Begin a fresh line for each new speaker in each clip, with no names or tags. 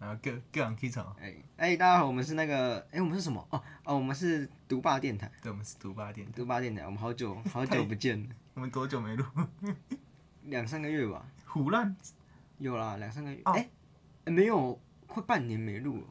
然后各各人起床，
哎哎，大家好，我们是那个，哎，我们是什么？哦哦，我们是独霸电台，
对，我们是读八点，
独霸电台，我们好 久好久不见了，
我们多久没录？
两三个月吧，
胡乱，
有啦，两三个月，
哦
哎、没有，快半年没录了，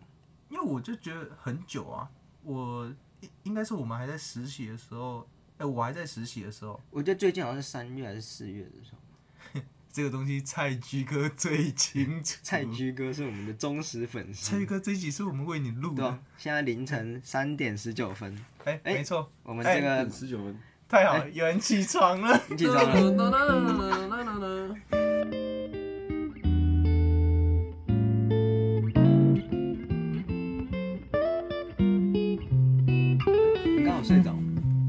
因为我就觉得很久啊，我应应该是我们还在实习的时候，哎、我还在实习的时候，
我记得最近好像是三月还是四月的时候，
这个东西蔡居哥最清楚，
蔡嗯居哥是我们的忠实粉
蔡
丝
居，哥这一集是我们为你录
对
的，
啊，现在凌晨三点十九分，
哎、
哎
没错，
我们这个、
十九分，
太好了，有人起床 了。
你起床了，你刚好睡着，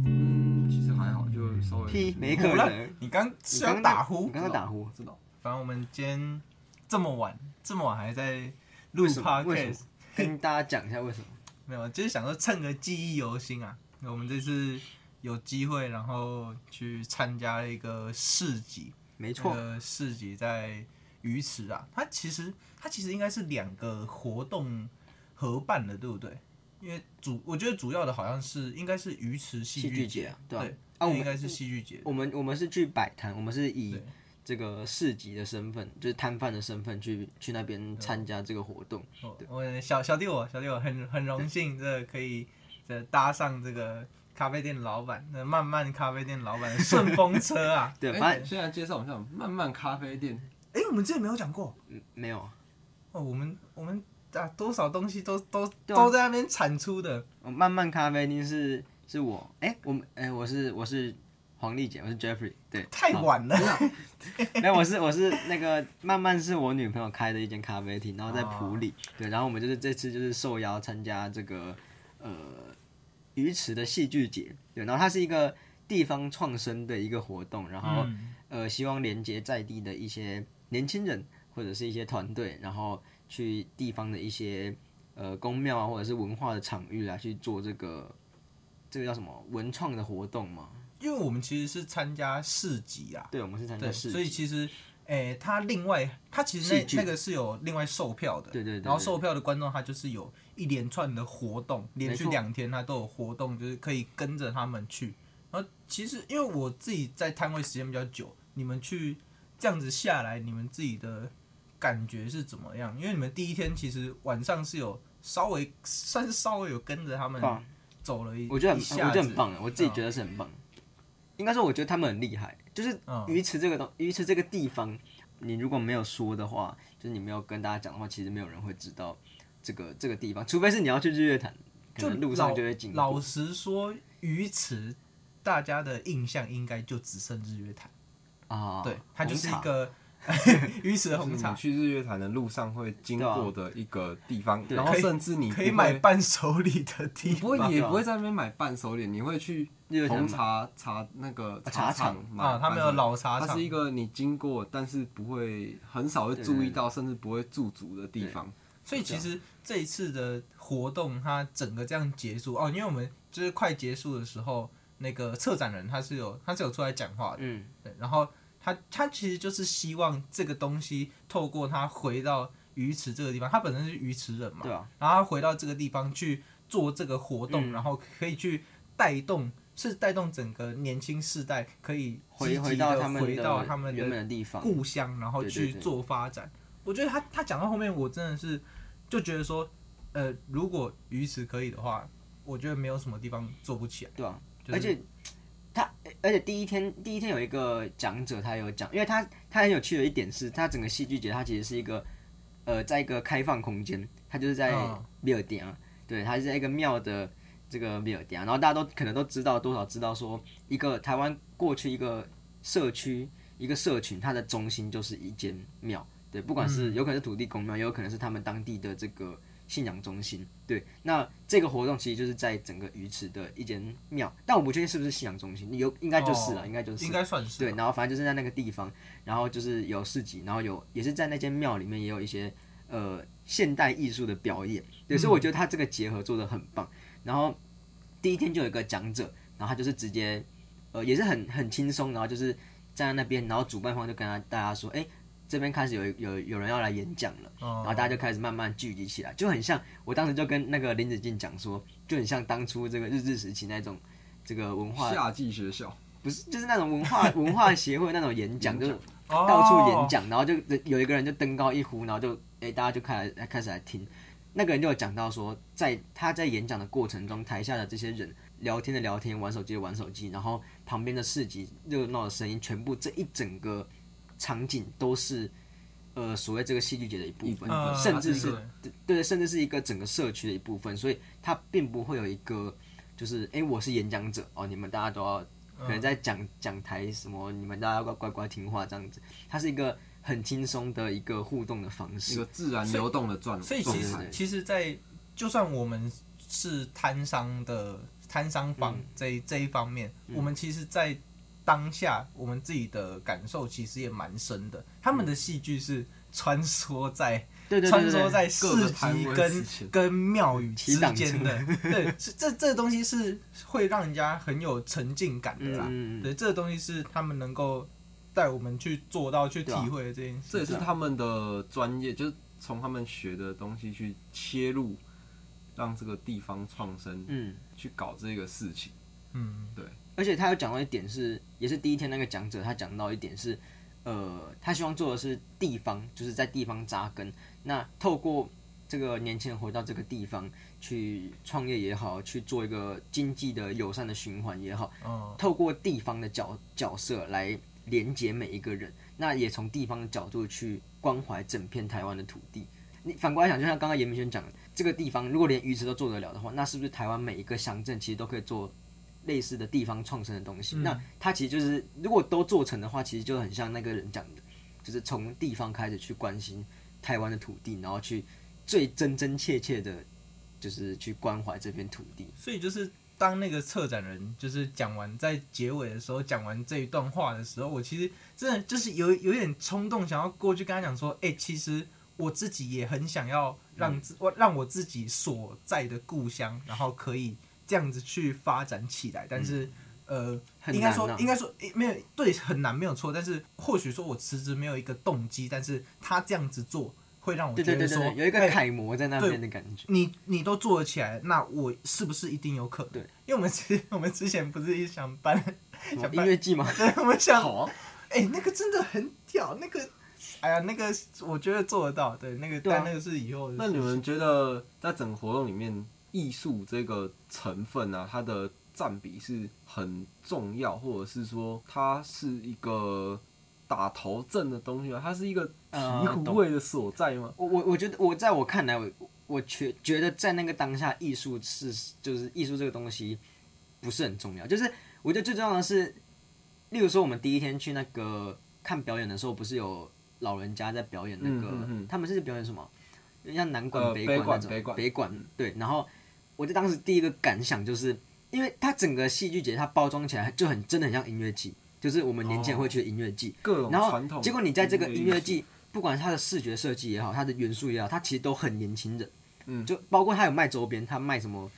嗯，其实还好，就稍微
屁，没可
胡
能
乱，，你刚是
你
要
刚
打
你
呼？
刚刚打呼，
知道，
反正我们今天这么晚，这么晚还在录
为什么为什
podcast，
么跟大家讲一下为什么。
没有，就是想说趁个记忆犹新啊。我们这次有机会，然后去参加了一个市集，
没
那
错，
个市集在鱼池啊，它其实它其实应该是两个活动合办的，对不对？因为主我觉得主要的好像是应该是鱼池戏
戏剧
剧
节
节
啊，，对吧？啊，
那
我
应该
们哦
是戏剧节，
我们我们是去摆摊，我们是以
对
这个市集的身份，就是摊贩的身份去去那边参加这个活动。！
我我小小弟我小弟我很很荣幸，这可以这搭上这个咖啡店老板，那慢慢咖啡店老板的顺风车啊
对，反
哎，
正
现在介绍一下慢慢咖啡店，
哎、我们之前没有讲过
嗯没有，
哦，我们我们啊多少东西都都、
对啊
都在那边产出的，
我慢慢咖啡厅是是我，哎，我们哎我是我是黄丽姐，我是 Jeffrey，对，
太晚了。
没有，我是我是那个慢慢是我女朋友开的一间咖啡厅，然后在普里，对，然后我们就是这次就是受邀参加这个呃鱼池的戏剧节，对，然后它是一个地方创生的一个活动，然后、呃希望连接在地的一些年轻人或者是一些团队，然后去地方的一些呃宫庙啊或者是文化的场域啊去做这个这个叫什么文创的活动嘛，
因为我们其实是参加市集啊，
对，我们哦是参加
对，
市
所以
集
其实。诶、他另外，他其实
戏剧
那那个是有另外售票的，
对对对对
然后售票的观众他就是有一连串的活动，连
没
续
错
两天他都有活动，就是可以跟着他们去。然后其实因为我自己在摊位时间比较久，你们去这样子下来，你们自己的感觉是怎么样？因为你们第一天其实晚上是有稍微算是稍微有跟着他们
棒
走了一，
啊我觉得
一
很，
下
我觉得
子
很棒啊！我自己
嗯
觉得是很棒。应该说，我觉得他们很厉害。就是
嗯
鱼池这个东，鱼池这个地方，你如果没有说的话，就是你没有跟大家讲的话，其实没有人会知道这个这个地方，除非是你要去日月潭，可
就
能路上
老
就会经
老
过。
实说，鱼池大家的印象应该就只剩日月潭，
啊，
对，它就是一
红茶
个 鱼池的红
就是你
茶，
去日月潭的路上会经过的一个地方，
对
然后甚至你
哎可
不
以
会
买，伴手礼的地
你不会
方
也不会在那边买伴手礼，你会去
日月潭
红茶茶那个
茶
厂
厂
买
啊，他们有
伴手礼
老茶
它
厂
是，一个你经过但是不会很少会注意到，甚至不会驻足的地方。
所以
啊
其实这一次的活动，它整个这样结束哦，因为我们就是快结束的时候，那个策展人他是有他是有出来讲话的。
嗯，
对，然后他他其实就是希望这个东西透过他回到鱼池这个地方，他本身是鱼池人嘛，
对啊，
然后他回到这个地方去做这个活动，
嗯
然后可以去带动，是带动整个年轻世代可以
回
积
回
极
到
的
他们
回到他们
原
的
本的地方。
故乡，然后
对对
去
对
做发展。我觉得他他讲到后面，我真的是就觉得说，呃，如果鱼池可以的话，我觉得没有什么地方做不起来。
对啊，
就是
而且他，而且第一天第一天有一个讲者，他有讲，因为他他很有趣的一点是，他整个戏剧节它其实是一个呃，在一个开放空间，它就是在
嗯
庙点、对，它是在一个庙的这个庙点、啊然后大家都可能都知道多少知道说，一个台湾过去一个社区一个社群，它的中心就是一间庙，对，不管是、有可能是土地公庙，也有可能是他们当地的这个信仰中心。对，那这个活动其实就是在整个鱼池的一间庙，但我不确定是不是信仰中心，有应该就是了，
哦
应该就是
应该算是
对，然后反正就是在那个地方，然后就是有市集，然后有也是在那间庙里面也有一些呃现代艺术的表演，对，所以我觉得他这个结合做的很棒。然后第一天就有一个讲者，然后他就是直接呃也是很很轻松，然后就是站在那边，然后主办方就跟他大家说，哎，这边开始有有有人要来演讲了，
哦
然后大家就开始慢慢聚集起来，就很像我当时就跟那个林子敬讲说，就很像当初这个日治时期那种这个文化，
夏季学校，
不是就是那种文化 文化协会那种演讲，就是
哦
到处演讲，然后就有一个人就登高一呼，然后就哎、大家就开来开始来听，那个人就有讲到说，在他在演讲的过程中，台下的这些人聊天的聊天，玩手机的玩手机，然后旁边的市集热闹的声音，全部这一整个场景都是呃所谓这个戏剧节的一部分，
嗯
甚至
对
是对对，甚至是一个整个社区的一部分，所以它并不会有一个就是哎、我是演讲者哦，你们大家都要
嗯
可能在讲讲台什么，你们大家要乖乖乖听话这样子，它是一个很轻松的一个互动的方
一
式。
个自然流动的状
哦所以其
状
实
态，
其实在，就算我们是摊商的摊商方
嗯
这一、这一方面，我们其实，在当下我们自己的感受其实也蛮深的。他们的戏剧是穿梭在
对对
穿
对
梭
对
在
各个
市
摊
集
位
跟
之前
跟庙宇之
骑挡
间的， 对，是这这东西是会让人家很有沉浸感的啦。
嗯嗯嗯
对，这东西是他们能够带我们去做到、去体
对啊
会的这件
这
事。
也是他们的专业，就是从他们学的东西去切入，让这个地方创生
嗯，
去搞这个事情。
嗯，
而且他有讲到一点是，也是第一天那个讲者他讲到一点是，呃，他希望做的是地方，就是在地方扎根。那透过这个年轻人回到这个地方去创业也好，去做一个经济的友善的循环也好，
哦，
透过地方的角角色来连接每一个人，那也从地方的角度去关怀整片台湾的土地。你反过来想，就像刚刚严明轩讲的，这个地方如果连鱼池都做得了的话，那是不是台湾每一个乡镇其实都可以做类似的地方创生的东西？那它其实就是如果都做成的话，其实就很像那个人讲的，就是从地方开始去关心台湾的土地，然后去最真真切切的，就是去关怀这片土地。
所以就是当那个策展人就是讲完在结尾的时候讲完这一段话的时候，我其实真的就是有有点冲动，想要过去跟他讲说，哎、其实我自己也很想要让
嗯
自、我让我自己所在的故乡，然后可以这样子去发展起来，但是。呃，
很
应该
难
说
啊，
应该说，诶没有对，很难，没有错。但是或许说我辞职没有一个动机，但是他这样子做会让我
对
觉
对
得
哎对
说，哎
对，对有一个
诶
楷模在那
对
边的感觉。
你你都做得起来，那我是不是一定有可能？
对，
因为我们之我们之前不是一想办，
哦
什么
想
音
办
乐季吗？
对，我们想，
好啊，
哎、那个真的很屌，那个，哎呀，那个我觉得做得到，对，那个、
对啊
但那个是以后的事
那
情，
你们觉得在整个活动里面，艺术这个成分啊，它的占比是很重要，或者是说它是一个打头阵的东西吗？它是一个醍
呃
醐
懂
味的所在吗？
我我我觉得我在我看来，我我觉觉得在那个当下，艺术是就是艺术这个东西不是很重要。就是我觉得最重要的是，例如说我们第一天去那个看表演的时候，不是有老人家在表演那个，
嗯嗯嗯
他们是表演什么？有点像南管、
呃
北
北
那
管
种
北管嗯
对。然后我就当时第一个感想就是，因为它整个戏剧节它包装起来就很真的很像音乐季，就是我们年
哦
轻人会去的音乐季。
各种
然
传
后
统，
结果你在这个音乐，季，不管它的视觉设计也好，它的元素也好，它其实都很年轻人。
嗯
就包括它有卖周边，它卖什么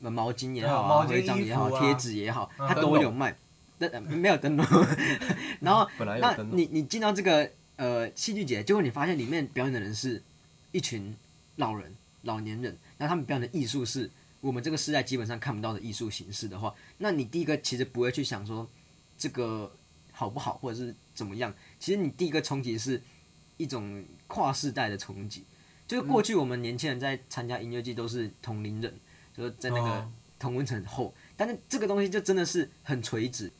呃毛巾也好
对啊毛
啊、
巾
徽章也好、
衣服啊
贴纸也好，
嗯
它都有卖。但呃没有灯笼， 然后
本来有
那
灯笼
你你进到这个呃戏剧节，结果你发现里面表演的人是一群老人、老年人，那他们表演的艺术是我们这个时代基本上看不到的艺术形式的话，那你第一个其实不会去想说这个好不好，或者是怎么样。其实你第一个冲击是一种跨世代的冲击，就是过去我们年轻人在参加音乐季都是同龄人，就是在那个
哦
同温层很厚，但是这个东西就真的是很垂直，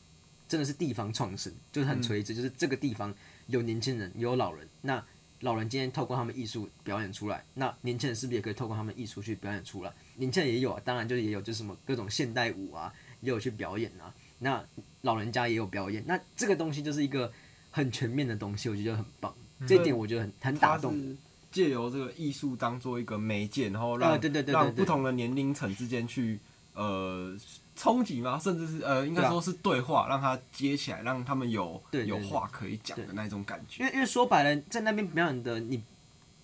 真的是地方创生，就是很垂直，就是这个地方有年轻人，也有老人，那。老人今天透过他们艺术表演出来，那年轻人是不是也可以透过他们艺术去表演出来？年轻人也有啊，当然就是也有就是什么各种现代舞啊，也有去表演啊。那老人家也有表演，那这个东西就是一个很全面的东西，我觉得很棒。
嗯
这一点我觉得很很打
它
动我。
是借由这个艺术当做一个媒介，然后让、
啊对对对对
让
对
不同的年龄层之间去呃冲击吗？甚至是呃，应该
对啊
说是对话，让它接起来，让他们有
对对
有
对
话可以讲的那种感觉。
因为因为说白了，在那边表演的你，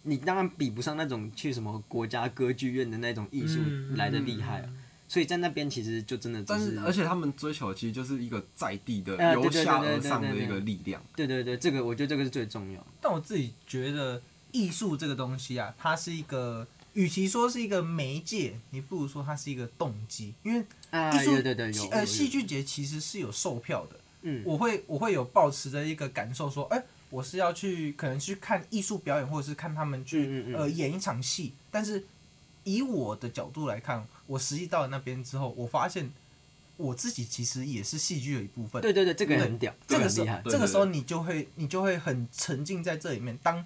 你当然比不上那种去什么国家歌剧院的那种艺术
嗯
来的厉害啊。所以在那边其实就真的只
但
是
是，而且他们追求的其实就是一个在地的
呃对
由
对
下
对对
而
对
上
对
的一
对
个力量。
对对对，这个我觉得这个是最重要的。
但我自己觉得艺术这个东西啊，它是一个，与其说是一个媒介，你不如说它是一个动机。因为
啊，
艺术、
对对对，有
戏呃
有
戏
有
剧节其实是有售票的，
嗯
我会我会有抱持着一个感受说，哎、我是要去可能去看艺术表演，或者是看他们去
嗯嗯嗯
呃演一场戏，但是以我的角度来看，我实际到了那边之后，我发现我自己其实也是戏剧的一部分。
对对对，这个也很屌，
这
个
个
很
时
厉
候
害，。
对
这个
对
时候你就会你就会很沉浸在这里面。当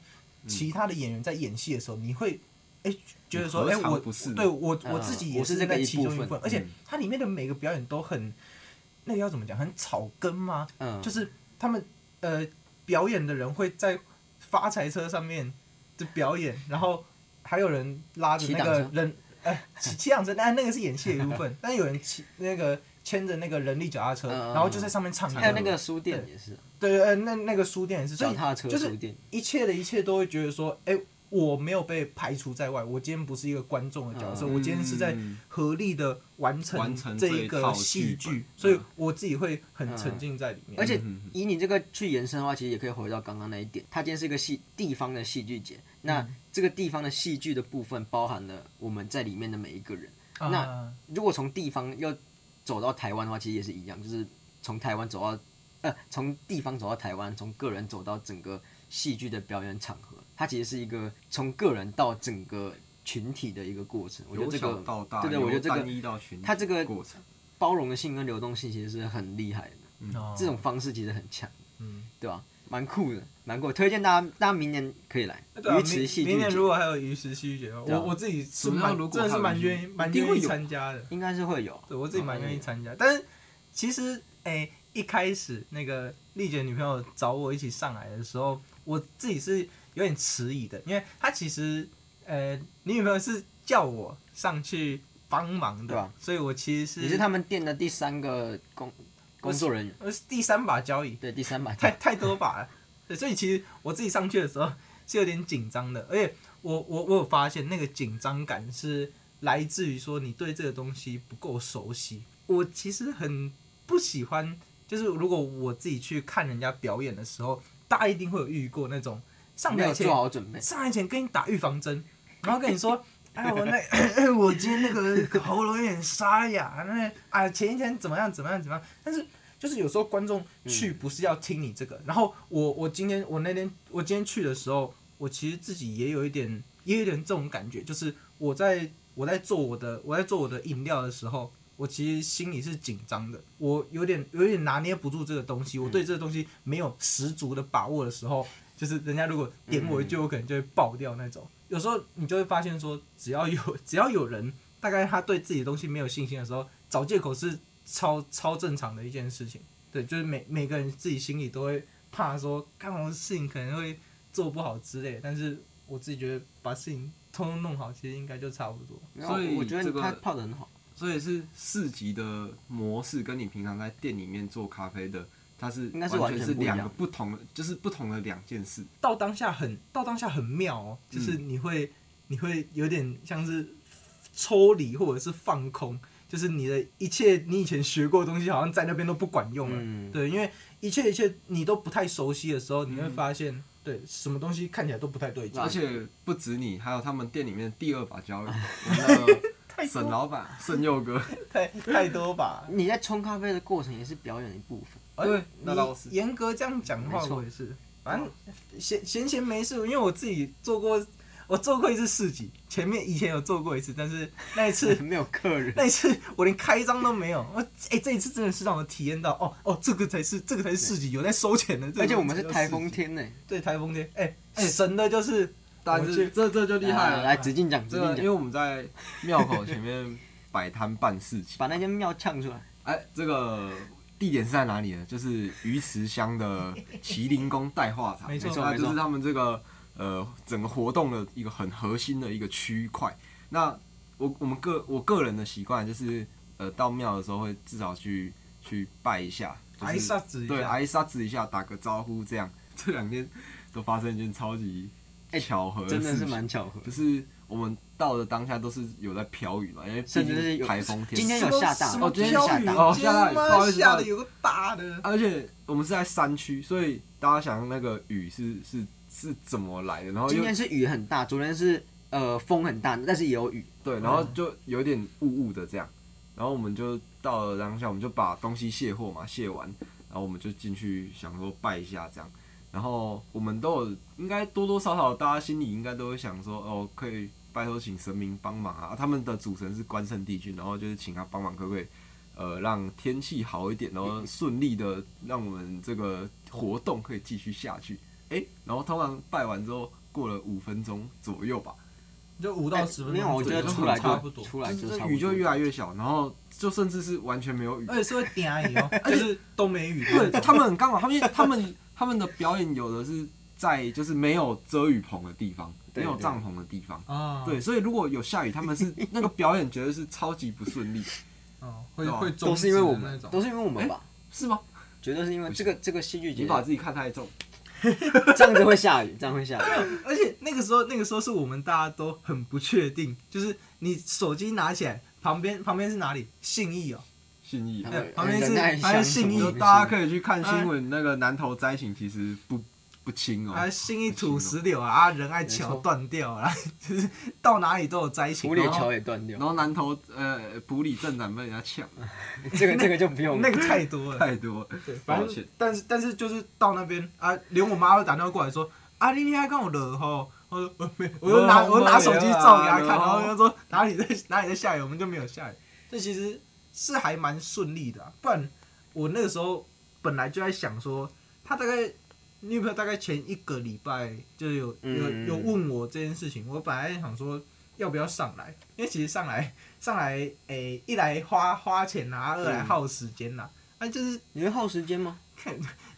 其他的演员在演戏的时候，你会哎、觉得说
何
哎、
尝
我
不是
对我
嗯
我自己也
我是这个
在
一
其中
部分嗯
分，而且它里面的每个表演都很那个要怎么讲，很草根吗？
嗯，
就是他们呃表演的人会在发财车上面的表演，然后还有人拉着
骑
那
挡
个
车
人哎骑骑辆车，但那个是演戏的一部分， 但有人骑那个牵着那个人力脚踏车，
嗯嗯
然后就在上面唱歌
还有那个书店也是
对，呃，那那个书店也是，所
脚
以
踏车
就
书
是
店，
一切的一切都会觉得说，哎、我没有被排除在外，我今天不是一个观众的角色，
嗯
我今天是在
嗯
合力的完
完
成
成
这
这
一
一
个
套
戏
剧
剧
本，
所以
嗯
我自己会很沉浸在里面。
而且
嗯嗯
以你这个去延伸的话，其实也可以回到刚刚那一点，它今天是一个戏地方的戏剧节，那这个地方的戏剧的部分包含了我们在里面的每一个人。
啊
那如果从地方要走到台湾的话，其实也是一样，就是从台湾走到呃，从地方走到台湾，从个人走到整个戏剧的表演场合，它其实是一个从个人到整个群体的一个过程。我觉得
由
这
小
个
到大，
对对，
由
我觉得这
单
个
一到群体，
它这个
过程，
包容的性跟流动性其实是很厉害的，
哦
这种方式其实很强，
嗯，
对吧？蛮酷的，蛮酷的，推荐大家，大家明年可以来
对啊
鱼池戏
明
剧
明年
节
如，果还有鱼池戏剧节，
对啊
我我自己是
主要
蛮
如果
真的是
还有
蛮
鱼
愿意蛮
一定
愿
会
意
有
参加的，
应该是会有。
对我自己蛮愿意
嗯
参加。但是其实，哎、一开始那个丽姐女朋友找我一起上来的时候，我自己是有点迟疑的，因为她其实，呃，你女朋友是叫我上去帮忙
对
的
啊，
所以我其实是
你是他们店的第三个工工作人员，
我呃是第三把交椅，
对，第三把
太太多把了，对，所以其实我自己上去的时候是有点紧张的，而且我我我有发现那个紧张感是来自于说你对这个东西不够熟悉。我其实很不喜欢，就是如果我自己去看人家表演的时候，大家一定会有遇过那种上
没
台
有
前
做好准备。
上来前跟你打预防针，然后跟你说， 哎，我那 哎我今天那个喉咙有点沙哑，那啊前一天怎么样怎么样怎么样，但是就是有时候观众去不是要听你这个，然后我我今天我那天我今天去的时候，我其实自己也有一点也有一点这种感觉，就是我在我在做我的我在做我的饮料的时候。我其实心里是紧张的，我有点有点拿捏不住这个东西，我对这个东西没有十足的把握的时候，就是人家如果点我一句，我可能就会爆掉那种。有时候你就会发现说，只要有只要有人大概他对自己的东西没有信心的时候，找借口是超超正常的一件事情。对，就是每每个人自己心里都会怕说，干我的事情可能会做不好之类的。但是我自己觉得把事情通通弄好，其实应该就差不多。
没有
所以
我觉
这
得
个
他泡的很好，
所以是市集的模式跟你平常在店里面做咖啡的，它是
应该是
完
完全
全是
不一样
两个不同的，就是不同的两件事。
到当下很到当下很妙哦，
嗯
就是你会、你会有点像是抽离或者是放空，就是你的一切你以前学过的东西好像在那边都不管用了，
嗯
对，因为一切一切你都不太熟悉的时候，你会发现、对什么东西看起来都不太对劲
嗯而，且不止你，还有他们店里面第二把 交椅，我们的沈老板、沈佑哥，
太太多吧。
你在冲咖啡的过程也是表演的一部分。
对，哎那倒是
你严格这样讲的话
没，错
我也是，反正闲闲闲没事，因为我自己做过，我做过一次市集，前面以前有做过一次，但是那一次
没有客人，
那一次我连开张都没有，我哎、这一次真的是让我体验到哦哦，这个才是这个才是市集有在收钱的，这个
而且我们是
才叫
台
市集
风，天呢。
对台风天，哎、哎、神的就是
但
我
是
去
这这就厉害
啊
了。
来，直径讲，直
这个，
径
因为
讲，
我们在庙口前面摆摊办事 情。
把那间庙呛出来。
哎，这个地点是在哪里呢？就是鱼池乡的麒麟宫代化厂，
没错
那
没错
就是他们这个呃整个活动的一个很核心的一个区块。那我我们个我个人的习惯就是，呃，到庙的时候会至少去去拜一下，就是
挨杀子一
对，
下，
挨杀子一下，打个招呼， 这样。这两天都发生一件超级
哎
巧合
真的
事
是
情
蛮巧合
就。是我我们到的当下都是有在飘雨嘛，因为毕
甚至是
竟
有
台风天，
今天有下大
什么
哦今天
飘
下
雨
大
哦
今天
下大
他
雨
妈
不好意思
下
不好
的
意思
有个大
嗯
的，
而且我们是在山区，所以大家想那个雨是是是怎么来的，
哦
然后
今
又
天是雨很大，昨天是呃风很大，但是也有雨。
对，然后就有点雾雾的这样，然后我们就到了当下，我们就把东西卸货嘛，卸完，然后我们就进去想说拜一下这样，然后我们都有应该多多少少大家心里应该都会想说，哦，可以拜托请神明帮忙啊，啊他们的主神是关圣帝君，然后就是请他帮忙，可不可以？呃，让天气好一点，然后顺利的让我们这个活动可以继续下去。诶，然后通常拜完之后，过了五分钟左右吧，
就五到十分钟左右，
哎没有，我觉得
就
出来
差
就
不多，
出来
就是
就差
这
不
雨就
多
越来越小，然后就甚至是完全没有雨。
而且是会点 而已哦，就是都没雨的那
对
种，
他们很刚好，他们因为他们他们的表演有的是在就是没有遮雨棚的地方，没
对
有
对
帐篷的地方。
啊，
对，，所以如果有下雨，他们是那个表演绝对是超级不顺利，
哦，会
对吧
会
都是因为我
终
们
止的，那种，
都是因为我们吧，
是吗？
绝对是因为这个这个戏剧
你
节
把自己看太重，
这样子会下雨，这样会下雨。
而且那个时候那个时候是我们大家都很不确定，就是你手机拿起来，旁边旁边是哪里？信义哦，
信义啊。
对
嗯
旁边是
忍耐一下
旁边是信
嗯
义
就
什么，
大家可以去看新闻，那个南投灾情其实不不轻哦、
啊，信义土石流啊，啊仁爱
没
桥
错
断掉啊，就是到哪里都有灾情
狐，狸
然后
桥也断掉
然，后南投呃埔里镇长被人家抢了，
这个这个就不用。
那个太多了。
太多了。
对，
抱
反正
歉，
但是但是就是到那边啊，连我妈都打电话过来说啊，你你还跟我惹吼。我说我没，我就拿
哦
我就拿手机照给她看，
没有
然后
啊
她说哪里在哪里在下雨，我们就没有下雨。这其实是还蛮顺利的啊、不然我那个时候本来就在想说，她大概女朋友大概前一个礼拜就有有
嗯
有问我这件事情，我本来想说要不要上来，因为其实上来上来诶、一来花花钱啊，二来
嗯
耗时间啦、啊，就是
你会耗时间吗？
哎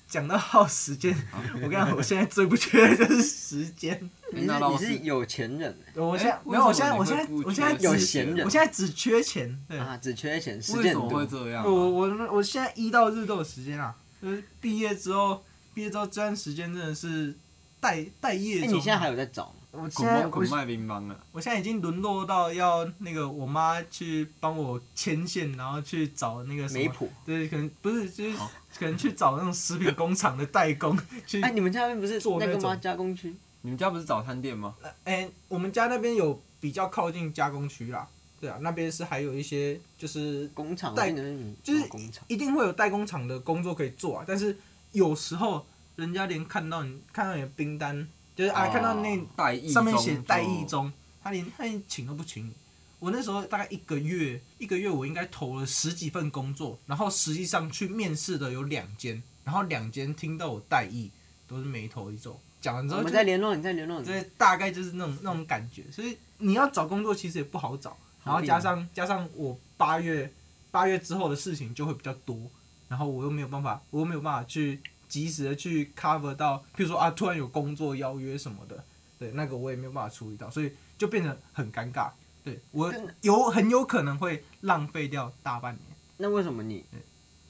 讲到耗时 间，
啊
我跟你讲，我现在最不缺的就是时间。
你
那
是
倒
你
是
是有钱人
我现在
哎
没有，我
为
现
什
在
么
我
你
现
会
在
不觉
我现在
有
得
只
闲人
我现在只缺钱。对，
啊，只缺钱，时
为
间
什么
多
会。这样啊、
我我我现在一到日都有时间啊，就是毕业之后，毕业之后这段时间真的是待待业
哎，
中。
你现在还有在找吗？
我现
滚
在
帮
我
滚卖乒乓啊！
我现在已经沦落到要那个我妈去帮我牵线，然后去找那个什么
没谱。
对，可能不是就是
好
可能去找那种食品工厂的代工 去
哎，你们家那边不是
做那
那个吗？
种
加工区
你们家不是早餐店吗？
哎、我们家那边有比较靠近加工区啦，对啊，那边是还有一些就是
工厂，
代
我记得那边
就是
有工厂。
一定会有代工厂的工作可以做啊，但是有时候人家连看到你看到你的冰单，就是啊、
哦
看到那
代役
上面写
中
代役中，他连他连请都不请你。我那时候大概一个月，一个月我应该投了十几份工作，然后实际上去面试的有两间，然后两间听到我代役都是没投一中。讲完之
我
后就
们在联络你，在联络你。
对，大概就是那种那种感觉。所以你要找工作其实也不好找，然后
合理
加上加上我八月八月之后的事情就会比较多，然后我又没有办法，我又没有办法去及时的去 cover 到，譬如说啊，突然有工作邀约什么的，对，那个我也没有办法处理到，所以就变得很尴尬。对我
真的
有很有可能会浪费掉大半年，
那为什么你
对，
嗯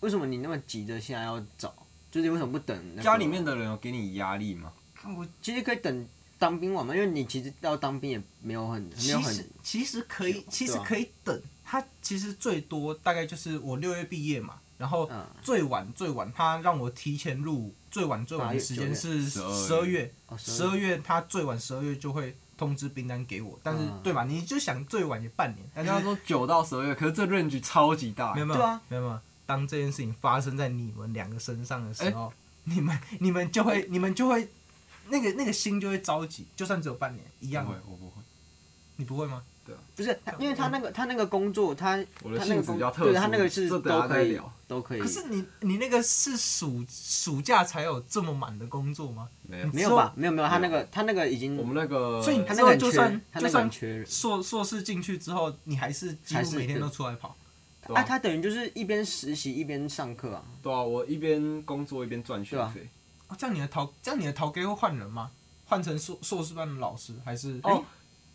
为什么你那么急着现在要找？就是你为什么不等那个
哦家里面的人有给你压力吗？
啊我
其实可以等当兵完嘛，因为你其实要当兵也没有很没有
其
很
实其实可以，其实
对啊
可以等。他其实最多大概就是我六月毕业嘛，然后
嗯
最晚最晚他让我提前入伍，最晚最晚
八
的
月
时
九
间
月
是
12
十二月，
哦
十二月他最晚十二月就会通知兵单给我，但是
嗯
对吧？你就想最晚也半年，但
人
是
家说九到十二月，可是这 range 超级大
没有。没有
对啊
没有没有，当这件事情发生在你们两个身上的时候，你们你们就会你们就会那个那个心就会着急，就算只有半年一
不
样
会
的，，
我不会。
你不会吗？
不是，他因为他那个他那个工作，他
嗯我的
他那个
性质比
工
较特殊
对他那个是都
这等下
可
再
以
聊
都可以
可，是你你那个是暑暑假才有这么满的工作吗？
没有，
没有吧？没有没有，他那个他那个已经
我们那个
所以
他
之
那
后
个很
就
缺
算
人，他
就
那个
算
很缺人。
硕硕士进去之后，你还是几
还
乎
是
每天都出来跑。
对
啊，
啊
他等于就是一边实习一边上课啊，
对啊，我一边工作一边赚学费。
哦，这样你的陶这样你的陶给会换人吗？换成硕硕士班的老师还是？
哦，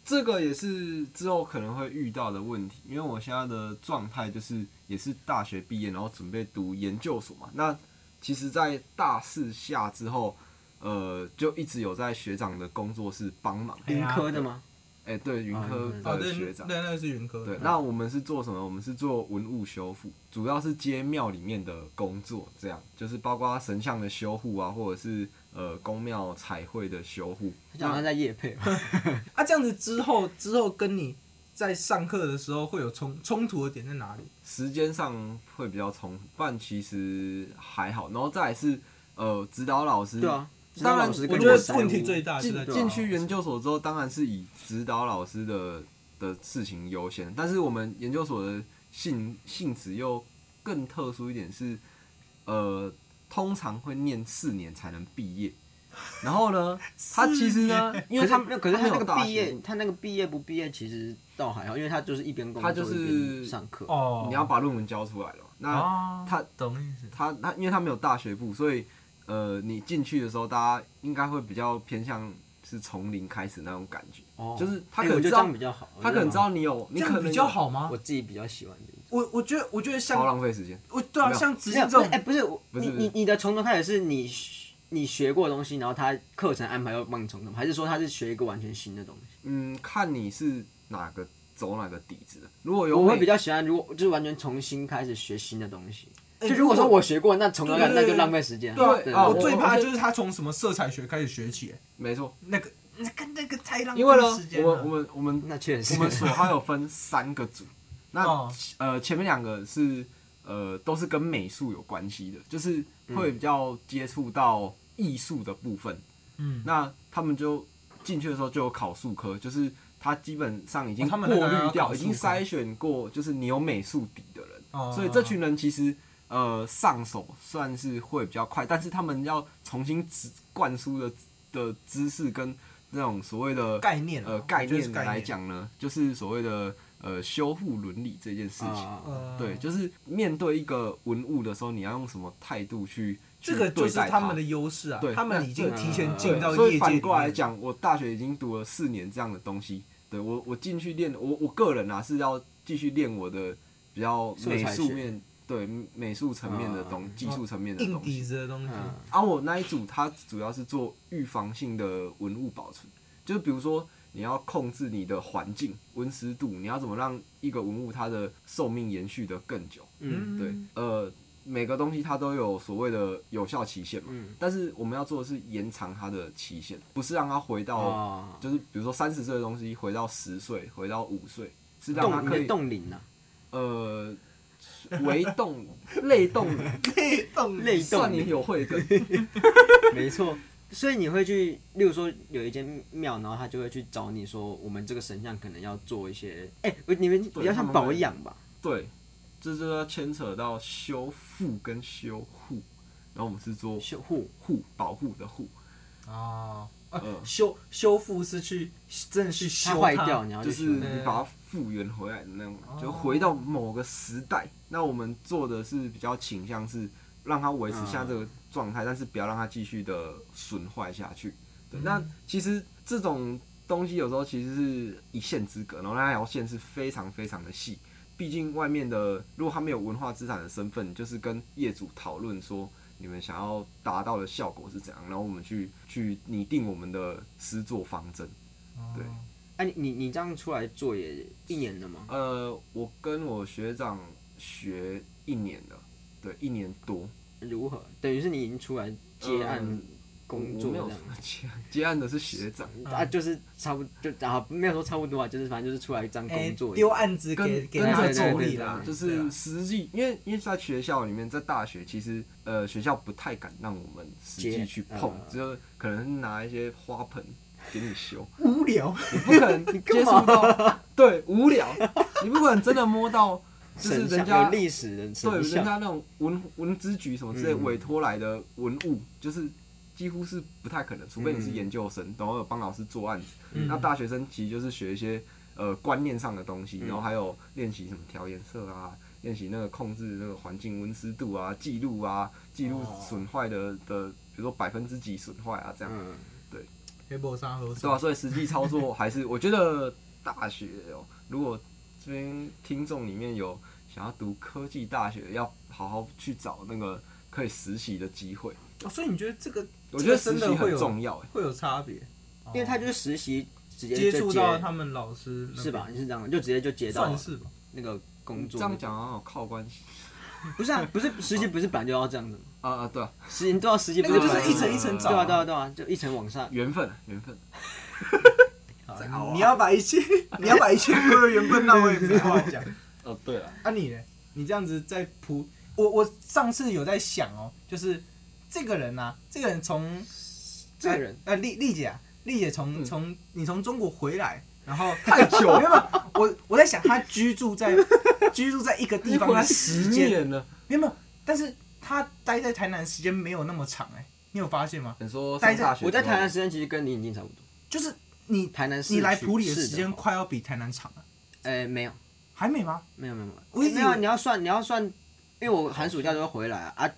这个也是之后可能会遇到的问题，因为我现在的状态就是也是大学毕业，然后准备读研究所嘛。那其实，在大四下之后，呃，就一直有在学长的工作室帮忙。
哎
云
呀
科的吗？
哎、哎、对，云
啊
科
云科
哦，
的
对，
学
对，
长。
那个是云科。嗯
对，
嗯
那我们是做什么？我们是做文物修复，主要是接庙里面的工作，这样就是包括神像的修护啊，或者是呃宫庙彩绘的修护。
好像在夜配
嗯
吧，
啊，这样子之后之后跟你在上课的时候会有冲冲突的点在哪里？
时间上会比较冲突，但其实还好。然后再来是呃指导老师，
对啊，
当然
老师
我
跟
觉
们
得
塞
问题
屋
最啊大是在
进
这
进去研究所之后，当然是以指导老师的的事情优先，但是我们研究所的性性质又更特殊一点是，呃，通常会念四年才能毕业。然后呢，他其实呢，因
因
为
为
他
他没有，可是
他
他
没有
那个
大
毕
学
业，他那个毕业不毕业其实倒还好，因为他就是一边工作
他就是
一边上课。
哦，
你要把论文交出来了嘛，那
啊，
他
懂意思。
他他因为他没有大学部，所以呃，你进去的时候，大家应该会比较偏向是从零开始那种感觉，
哦
就是他
哎我
可能
觉
知
得这
道
样比较好，我
他
觉得
可能知道你有，你
这
可
样
能
比
有
较，好吗
我？自己比较喜欢这种。
我我觉得我觉得
超
像
浪费时间。
我对啊，
没有
像直
没
接
有，
这
不
种
是，哎，不是我，
不是
你
不是
你你的从头开始是你学你学过的东西，然后他课程安排又帮你从头，还是说他是学一个完全新的东西？
嗯，看你是哪个走哪个底子的。如果有
我会
美
比较喜欢，如果就是完全重新开始学新的东西。
哎
就如果说
如果
我学过，那从头
对
开
对
始
对
那就浪费时间。
对啊
对
啊
我
我
最怕
我
就是他从什么色彩学开始学起，哎
没错，啊
那个那个那个太浪费
因为呢
时，间啊
我们
了。
我们我们
那确实
我们所还有分三个组，那、
哦
呃前面两个是呃都是跟美术有关系的，就是会比较接触到艺术的部分。
嗯，
那他们就进去的时候就有考术科，就是他基本上已经
哦
过
他们那个要
滤
考
掉，
术
已经
科
筛选过，就是你有美术底的人，
哦
所以这群人其实呃上手算是会比较快，但是他们要重新植灌输的的知识跟那种所谓的
概念啊
呃
我
概
觉得是
念
概念
来讲呢，就是所谓的呃修护伦理这件事情。
啊，
呃
对，就是面对一个文物的时候，你要用什么态度去
这个就是
去对待
他
它
们的优势啊
对，
他们已经
那
提前
对，嗯
进到
所
业
以
界。
反过来，讲，我大学已经读了四年这样的东西，对我我进去练，我我个人啊是要继续练我的比较美术面，对美术层面的东
嗯，
技术层面的
啊硬
东
底
西。
子的东西，
嗯
而啊我那一组，它主要是做预防性的文物保存，就是比如说你要控制你的环境温湿度，你要怎么让一个文物它的寿命延续的更久。
嗯
对，呃，每个东西它都有所谓的有效期限嘛，
嗯
但是我们要做的是延长它的期限，不是让它回到，
哦，
就是比如说三十岁的东西回到十岁，回到五岁，是让它
冻你
可
的
以
冻龄啊，
呃微动 类动，
被动
类动
嗯算你有慧根，
没错。所以你会去，例如说有一间庙，然后他就会去找你说，我们这个神像可能要做一些，哎、你们比较
他
像
们
保
会
养吧？
对，这就要牵扯到修复跟修护，然后我们是做
修护
护保护的护，
啊啊
嗯
修修复是去真的去
它
修
坏
它
掉，你要
就
去
是
修它。
你把它复原回来的那种，就回到某个时代。那我们做的是比较倾向是让它维持下这个状态，但是不要让它继续的损坏下去。对，那其实这种东西有时候其实是一线之隔，然后那条线是非常非常的细。毕竟外面的，如果他没有文化资产的身份，就是跟业主讨论说你们想要达到的效果是怎样，然后我们去去拟定我们的施作方针。对
哎、你你你这样出来做也一年了吗？
呃，我跟我学长学一年了，对，一年多。
如何？等于是你已经出来接案
嗯
工
我
作
没
这
有
样
什。么接 案接案的是学长，
啊，就是差不就啊，没有说差不多啊，就是反正就是出来这样
哎
工作。
丢案子给
跟
给
跟
他
着
的
做
助
对
理
对
啦
啦，，就
对啊
是实际，因为因为在学校里面，在大学其实呃学校不太敢让我们实际
接
去碰
呃，
只有可能拿一些花盆给你修，
无聊，
你不 可能接触到，对，无聊，你不可能真的摸到，就是
神像
人家
有历史的
对，
神
人
像，
家那种文文资局什么之类
嗯
委托来的文物，就是几乎是不太可能，除非你是
嗯
研究生，然后有帮老师做案子。
嗯
那大学生其实就是学一些呃观念上的东
嗯
西，然后还有练习什么调颜色啊，练习那个控制那个环境温湿度啊，记录啊，记录
哦
损坏的的，比如说百分之几损坏啊这样，
嗯，
黑波沙和
对吧、啊所以实际操作还是我觉得大学哦，如果这边听众里面有想要读科技大学的，要好好去找那个可以实习的机会。
哦所以你觉得这个
我觉得
这
实
个
习
真的会
很
有
重要，哎
会有差别？
因为他就是实习直接
接
就
触
接
到他们老师那边
是吧？？你是这样，就直接就接到
算是吧。
那个工
这
作。
样讲好像有靠关系
嗯不是啊，不是实习不是本来就要这样子吗？
啊啊，对啊，
实习你都要实习，
哦那
不
个
本
就
来
是一层
这样
一层
吗
找
对啊
啊
对啊对啊，就一层往上。
缘分啊缘分。
好
啊
你要把一切，你要把一切归为缘分，那我也没话讲。
哦，对了，
啊你呢？你这样子在铺，我我上次有在想哦，就是这个人啊，这个人从
这个人
呃丽丽姐啊，丽姐从
嗯
从你从中国回来，然后
太久了
没有没有，我我在想她居住在居住在一个地方的时间，
年了。
没有没有，但是她待在台南时间没有那么长哎、你有发现吗？
你说上大学，
我在台南时间其实跟你已经差不多。
就是你
台南市
你来
区
普里的
是
时间快要比台南长了，
呃，没有，
还没吗？
没有，没有，没有。
我一直以为
没有啊，你要算，你要算，因为我寒暑假都会回来啊，啊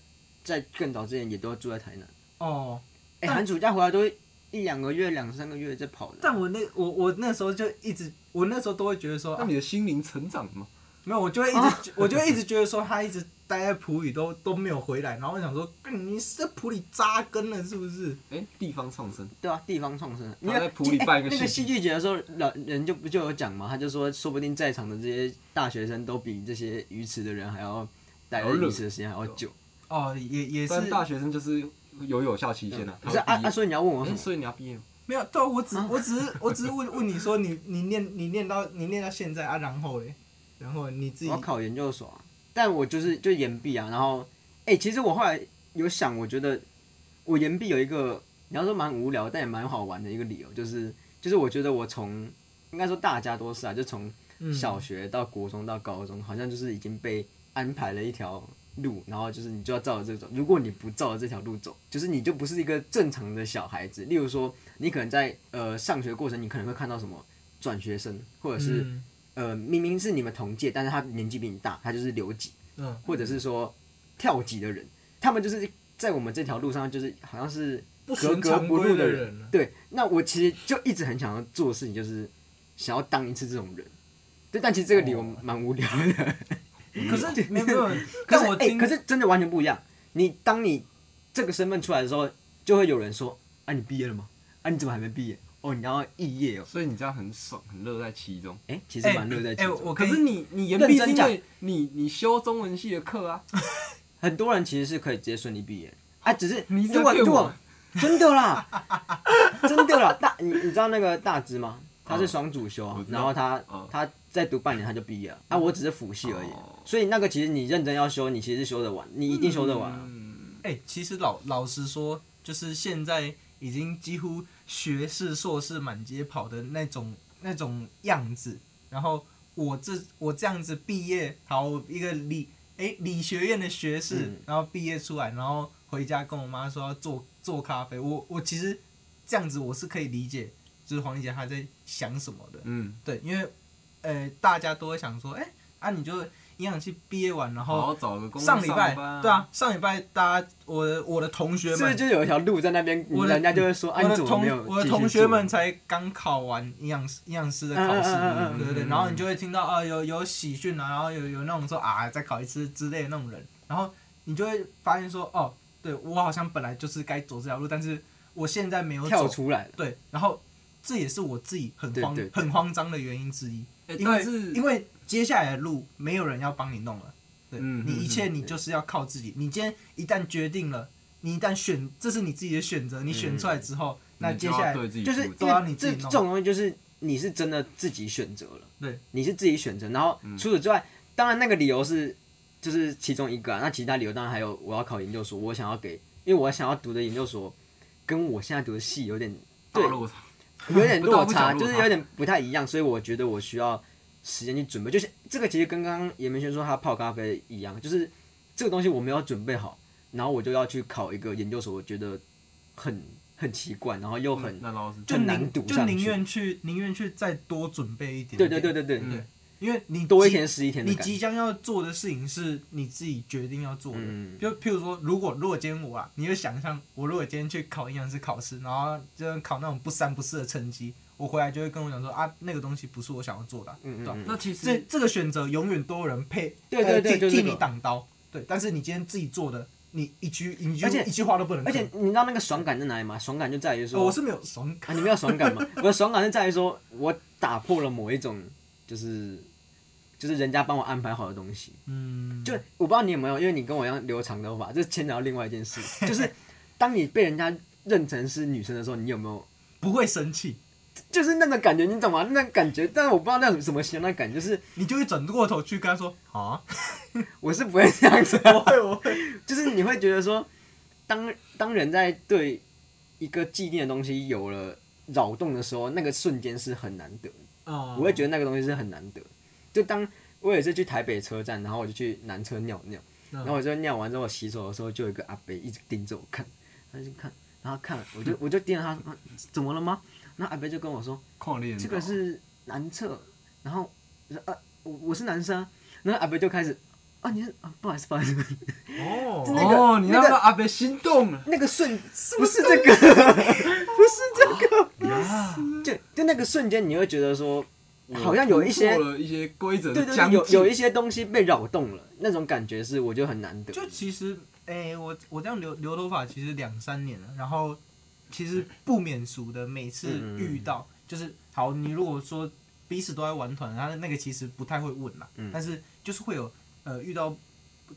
在更早之前也都住在台南。
哦，
哎、
但
寒暑假回来都一两个月、两三个月在跑的。
但我那我我那时候就一直，我那时候都会觉得说，
嗯
那
啊
你的心灵成长吗？
没有，我就会一直，
哦
我就会一直觉得说他一直待在普里都都没有回来，然后我想说，干你是在普里扎根了是不是？
哎，地方创生，
对啊，地方创生。你哎
在普里办一个
那个
戏
戏剧节的时候，老人就不就有讲嘛，他就说，说不定在场的这些大学生都比这些鱼池的人还要待在
还要热
鱼池的时间还要久。
哦，也也是
但大学生就是有有效期限啊。
不是啊啊，所以你要问我
以
什么？
所以你要毕业吗？
没有，对啊，我只
嗯
我只是我只是问问你说你你念你念到你念到现在啊，然后嘞，然后你自己
我要考研究所、啊，但我就是就研毕啊，然后，哎、其实我后来有想，我觉得我研毕有一个你要说蛮无聊，但也蛮好玩的一个理由，就是就是我觉得我从应该说大家都是啊，就从
嗯
小学到国中到高中，好像就是已经被安排了一条路，然后就是你就要照着这走。如果你不照着这条路走，就是你就不是一个正常的小孩子。例如说，你可能在呃上学过程，你可能会看到什么转学生，或者是、
嗯
呃明明是你们同届，但是他年纪比你大，他就是留级，
嗯
或者是说跳级的人，他们就是在我们这条路上，就是好像是
不
格
寻
格
常
不
规
入
的
人。
人啊
对，那我其实就一直很想要做的事情，就是想要当一次这种人。对，但其实这个理由蛮无聊的。
可哦是没有没有，但我
哎、
听
嗯可是真的完全不一样。你当你这个身份出来的时候，就会有人说：“啊，你毕业了吗？啊，你怎么还没毕业？哦，你要肄业哦。
所以你这样很爽，很乐在其中。”
哎、其实
哎
蛮乐在其
哎，
中。
我
可
跟你
是你你研
认
毕是
真
因
讲
为你你修中文系的课啊，
很多人其实是可以直接顺利毕业啊，只是
你在
如果
骗我
如果真的啦，真的啦， 大你你知道那个大直吗？他是双主修啊，
我知道
然后他、
嗯
他再读半年他就毕业了啊，我只是辅系而已，
哦
所以那个其实你认真要修，你其实是修得完，你一定修得完啊。
哎、其实老老实说，就是现在已经几乎学士、硕士满街跑的那种那种样子。然后我这我这样子毕业，好我一个理哎、理学院的学士，
嗯
然后毕业出来，然后回家跟我妈说要做做咖啡。我我其实这样子我是可以理解，就是黄丽姐她在想什么的。
嗯，
对，因为呃大家都会想说，哎、啊你就营养系毕业完，然后
好好找个工作
哦上礼拜
班
对，啊，上礼拜大家我的我的同学
是不是
们，
就有一条路在那边，
我的
人家就会说，啊，
我
你
的
怎么没
同
有？
我的同学们，才刚考完营养师营养师的考试，
嗯嗯嗯嗯
对对对，
嗯
然后你就会听到啊有有喜讯啊，然后有有那种说啊再考一次之类的那种人，然后你就会发现说哦，对我好像本来就是该走这条路，但是我现在没有
跳
走，
出来了。
对，然后这也是我自己很
对
慌
对对
很慌张的原因之一，
欸
哎
因
但
为
是
因为接下来的路没有人要帮你弄了，对、
嗯
你一切
嗯
你就是要靠自己。你今天一旦决定了，你一旦选，这是你自己的选择，你选出来之后，那
嗯
你
接
就要
下来
对自己
就是
负责
因
都要
为
你
这
自己
这
弄
种东西就是你是真的自己选择了，
对，嗯
你是自己选择。然后除此之外，当然那个理由是就是其中一个啊，那其他理由当然还有我要考研究所，我想要给，因为我想要读的研究所跟我现在读的系 有点对
大陆上
有点
不大
落
不
差，
小落
就是
差
有点不太一样，所以我觉得我需要时间去准备。就是这个其实跟刚刚严明轩说他泡咖啡一样，就是这个东西我没有准备好，然后我就要去考一个研究所，我觉得很很奇怪，然后又
嗯
很。
那老师
就
很难
宁
赌
就
上
宁
去
愿去宁愿去再多准备一点
对
点。
对对对对，
嗯
因为你
多一
即
天是一天的
你
感觉
即。将要做的事情是你自己决定要做的。
嗯
就譬如说，如果如果今天我啊，你就想象我如果今天去考营养师考试，然后就考那种不三不四的成绩，我回来就会跟我讲说啊，那个东西不是我想要做的啊、
嗯嗯
对吧
嗯
那其
这
实
这个选择永远都有人配，
对对对
呃
就
替
是
替
这
你
个
挡刀。对，但是你今天自己做的，你一句一句
而且
一句话都不能吭，
而且你知道那个爽感在哪里吗？爽感就在于说，
哦我是没有爽感，
啊，你没有爽 感吗？我的爽感是在于说我打破了某一种，就是就是人家帮我安排好的东西。
嗯，
就我不知道你有没有，因为你跟我一样留长头发，这牵扯到另外一件事， 就是当你被人家认成是女生的时候，你有没有？
不会生气，
就是那种感觉，你懂吗？那种感觉，但是我不知道那种什么形容，那感觉就是
你就会转过头去跟他说啊，
我是不会这样子的，
我会我会，
就是你会觉得说，当当人在对一个既定的东西有了扰动的时候，那个瞬间是很难得的。
啊，
我会觉得那个东西是很难得。就当我有一次去台北车站，然后我就去南车尿尿，
嗯
然后我就尿完之后洗手的时候，就有一个阿伯一直盯着我看，他就看，然后看，我就我就盯着他，说怎么了吗？然后阿伯就跟我说，
矿练
这个是男厕，然后我说啊，我我是男生、啊，然后阿伯就开始啊，你是啊，不好意思，不好意思，
哦，
那个
哦，你
那
让
个
那阿北心动了
那个瞬不是这个，不是这个，
呀，
就就那个瞬间，你会觉得说，好像有一些
突破了一些规则
对
的
对
疆
对，有有
界
一些东西被扰动了，那种感觉是我觉得很难得。
就其实，哎、我我这样留留头发其实两三年了，然后其实不免俗的，每次
嗯嗯嗯
遇到、就是好，你如果说彼此都在玩团，然后那个其实不太会问啦，
嗯
但是就是会有呃遇到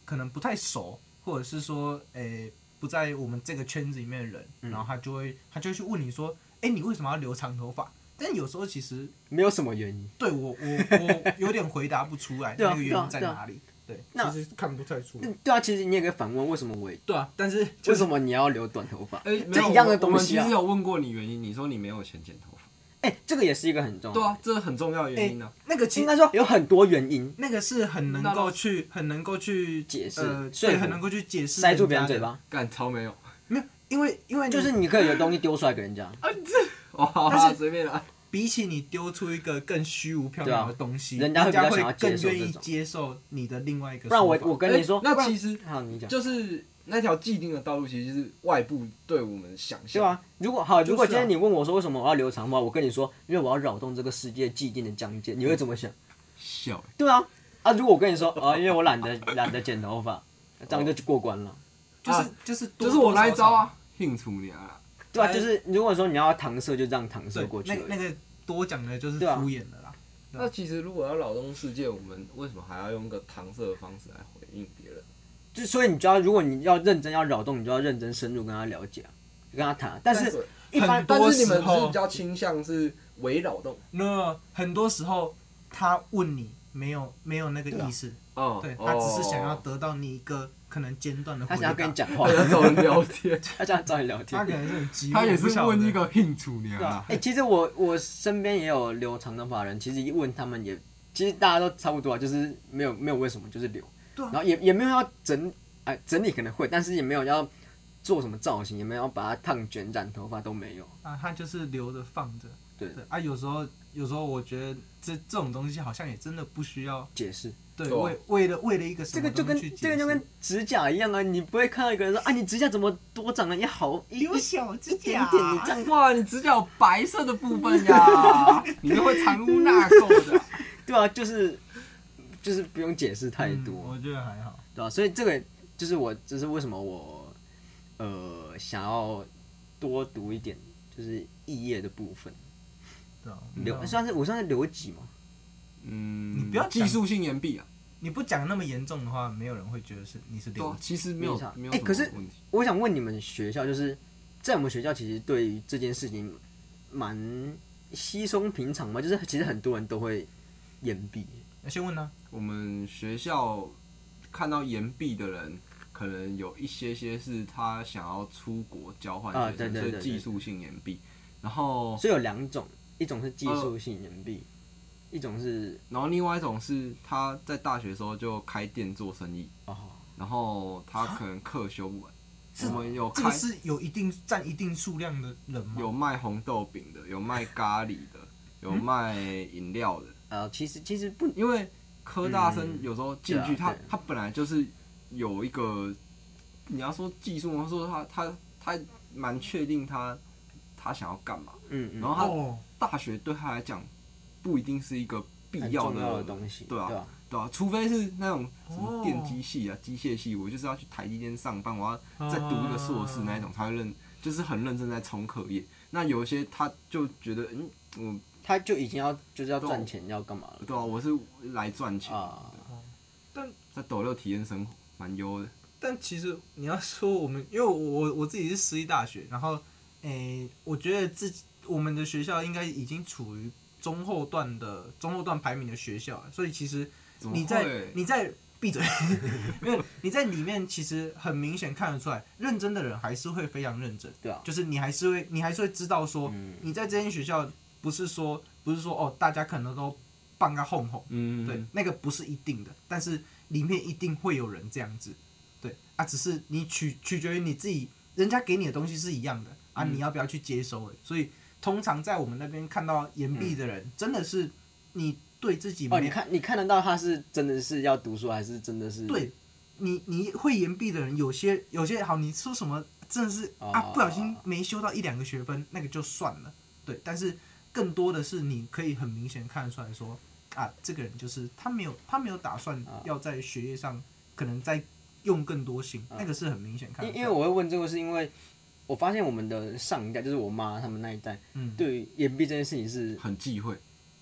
可能不太熟，或者是说哎、不在我们这个圈子里面的人，
嗯
然后他就会他就会去问你说，哎、你为什么要留长头发？但有时候其实
没有什么原因。
对我我我有点回答不出 来
对啊
那个原因在
对啊对啊
哪里，对，
那
其实看不太出来
那。对啊，其实你也可以反问，为什么我
对啊，但是
为什么你要留短头发？
哎，没
这
有
一样的
我
东西
我们其
啊
实有问过你原因，你说你没有钱剪头发。
哎，这个也是一个很重要。
对啊，，这很重要的原因
啊
呢。
哎那个其
应
实
该说有很多原因
那个是很能够去很能够去
解释
呃，
说
对，
服
很能够去解释
塞住别
家
人嘴
的。
巴，
干超没有
没有，因为因为
就是你可以有东西丢出来给人家，
哦，好
但
啦，
是
随便啦。
比起你丢出一个更虚无缥缈的
对啊
东西，
人家
家
会比较想要接
更
受
愿意
这种
接受你的另外一个说法。
不然我我跟你说
哎，那其实
好你讲，
就是那条既定的道路，其实是外部对我们想
对
象。
吧？如果好，
就是啊
如果今天你问我说为什么我要留长发，我跟你说，因为我要扰动这个世界既定的疆
嗯
界，你会怎么想？
笑欸，
对啊，啊，如果我 跟你说，啊，因为我懒得懒得剪头
哦
发，这样就过关了。
就是
啊
就是多
就是我那一招，
多少少
啊，兴出你啊。
对啊，
哎
就是如果说你要搪塞，就这样搪塞
对
过，去
那
而已
那个多讲的就是
对啊
敷衍的啦。对啊
那其实如果要扰动世界，我们为什么还要用一个搪塞的方式来回应别人？
就所以你就要，如果你要认真要扰动，你就要认真深入跟他了解啊，跟他谈啊。但是一般
很多
但是你们
时候
是比较倾向是围扰动
那很多时候他问你没有没有那个
对啊
意思，
哦
对他只是想要得到你一个可能间断的
他
回
想
答
要。跟你讲 话，
要 找人聊天，
他想要找你聊天
他。可能是很急，
他也是
我不晓得
问一个兴出你
对啊
啊，
哎、其实我我身边也有留长头发的人，其实一问他们也，其实大家都差不多啊，就是没有没有为什么，就是留，
对啊
然后也也没有要整，哎、整理可能会，但是也没有要做什么造型，也没有要把它烫卷染头发都没有。
啊，他就是留着放着。
对
啊，有时候有时候我觉得这这种东西好像也真的不需要，
解释
对，
对啊
为为了为了一个什
这
么
个就跟
东西去
这个就跟
解
指甲一样啊，你不会看到一个人说啊，你指甲怎么多长了一毫
释
一一
小指
一点
啊
点，你这样
哇，哎你指甲有白色的部分呀， 你就会藏污纳垢的。
对啊，就是就是不用解释太多。
嗯我觉得还好。
对啊吧、所以这个就是我，就是为什么我呃想要多读一点，就是异业的部分，
对啊，
留、
嗯
算是我算是留级嘛，
嗯，
你不要
技术性言毕啊，
你不讲那么严重的话，没有人会觉得是你是
对
留
啊，
级。
其实没有
没啥
没有
哎
什么
可是
问题。
我想问你们学校，就是在我们学校其实对于这件事情蛮稀松平常嘛，就是其实很多人都会掩蔽，
那先问啊他，
我们学校看到岩壁的人，可能有一些些是他想要出国交换
啊
学生，
对对对
所以技术性岩壁。然后，
所以有两种，一种是技术性掩蔽，一种是
然后另外一种是他在大学的时候就开店做生意，
哦，
然后他可能课修不完。
啊
是
我们有
这
开
个是有一定占一定数量的人吗？
有卖红豆饼的，有卖咖喱的，有卖饮料的。
呃，其实其实不
因为科大生有时候进去，
嗯对啊
他
对
他本来就是有一个，你要说技术，或者说他他他蛮确定他他想要干嘛。
嗯嗯
然后他
哦，
大学对他来讲不一定是一个必
很
要
重要
的
的东西，哦
对啊
吧？
对啊，除非是那种什
哦
么电机系啊、机械系，我就是要去台积电上班，我要再读一个硕
啊
士那一种，才会认，就是很认真在冲课业。那有一些他就觉得，嗯，我
他就已经要就是要赚钱，要干嘛了？
对啊，我是来赚钱，
啊，
在斗六体验生活，蛮优的。
但其实你要说我们，因为我我我自己是私立大学，然后诶、我觉得自己我们的学校应该已经处于中后段的中后段排名的学校了，所以其实
怎么
你在
会
你在闭嘴，没有你在里面其实很明显看得出来，认真的人还是会非常认真，
对啊，
就是你还是会你还是会知道说，
嗯
你在这间学校不是说不是说哦，大家可能都半个哄哄。
嗯，
对，那个不是一定的，但是里面一定会有人这样子，对啊，只是你取取决于你自己，人家给你的东西是一样的啊，
嗯
你要不要去接收而已所以通常在我们那边看到岩壁的人，真的是你对自己
嗯哦，
没
你看你看得到他是真的是要读书，还是真的是
对你你会岩壁的人，有些有些好，你说什么真的是
哦
啊，不小心没修到一两个学分，那个就算了，对。但是更多的是你可以很明显看得出来说，啊，这个人就是他没有他没有打算
啊
要在学业上可能再用更多心，
啊
那个是很明显看得
因
出
因
来。
为我会问这个，是因为我发现我们的上一代，就是我妈他们那一代，
嗯，
对于岩壁这件事情是，
很忌讳，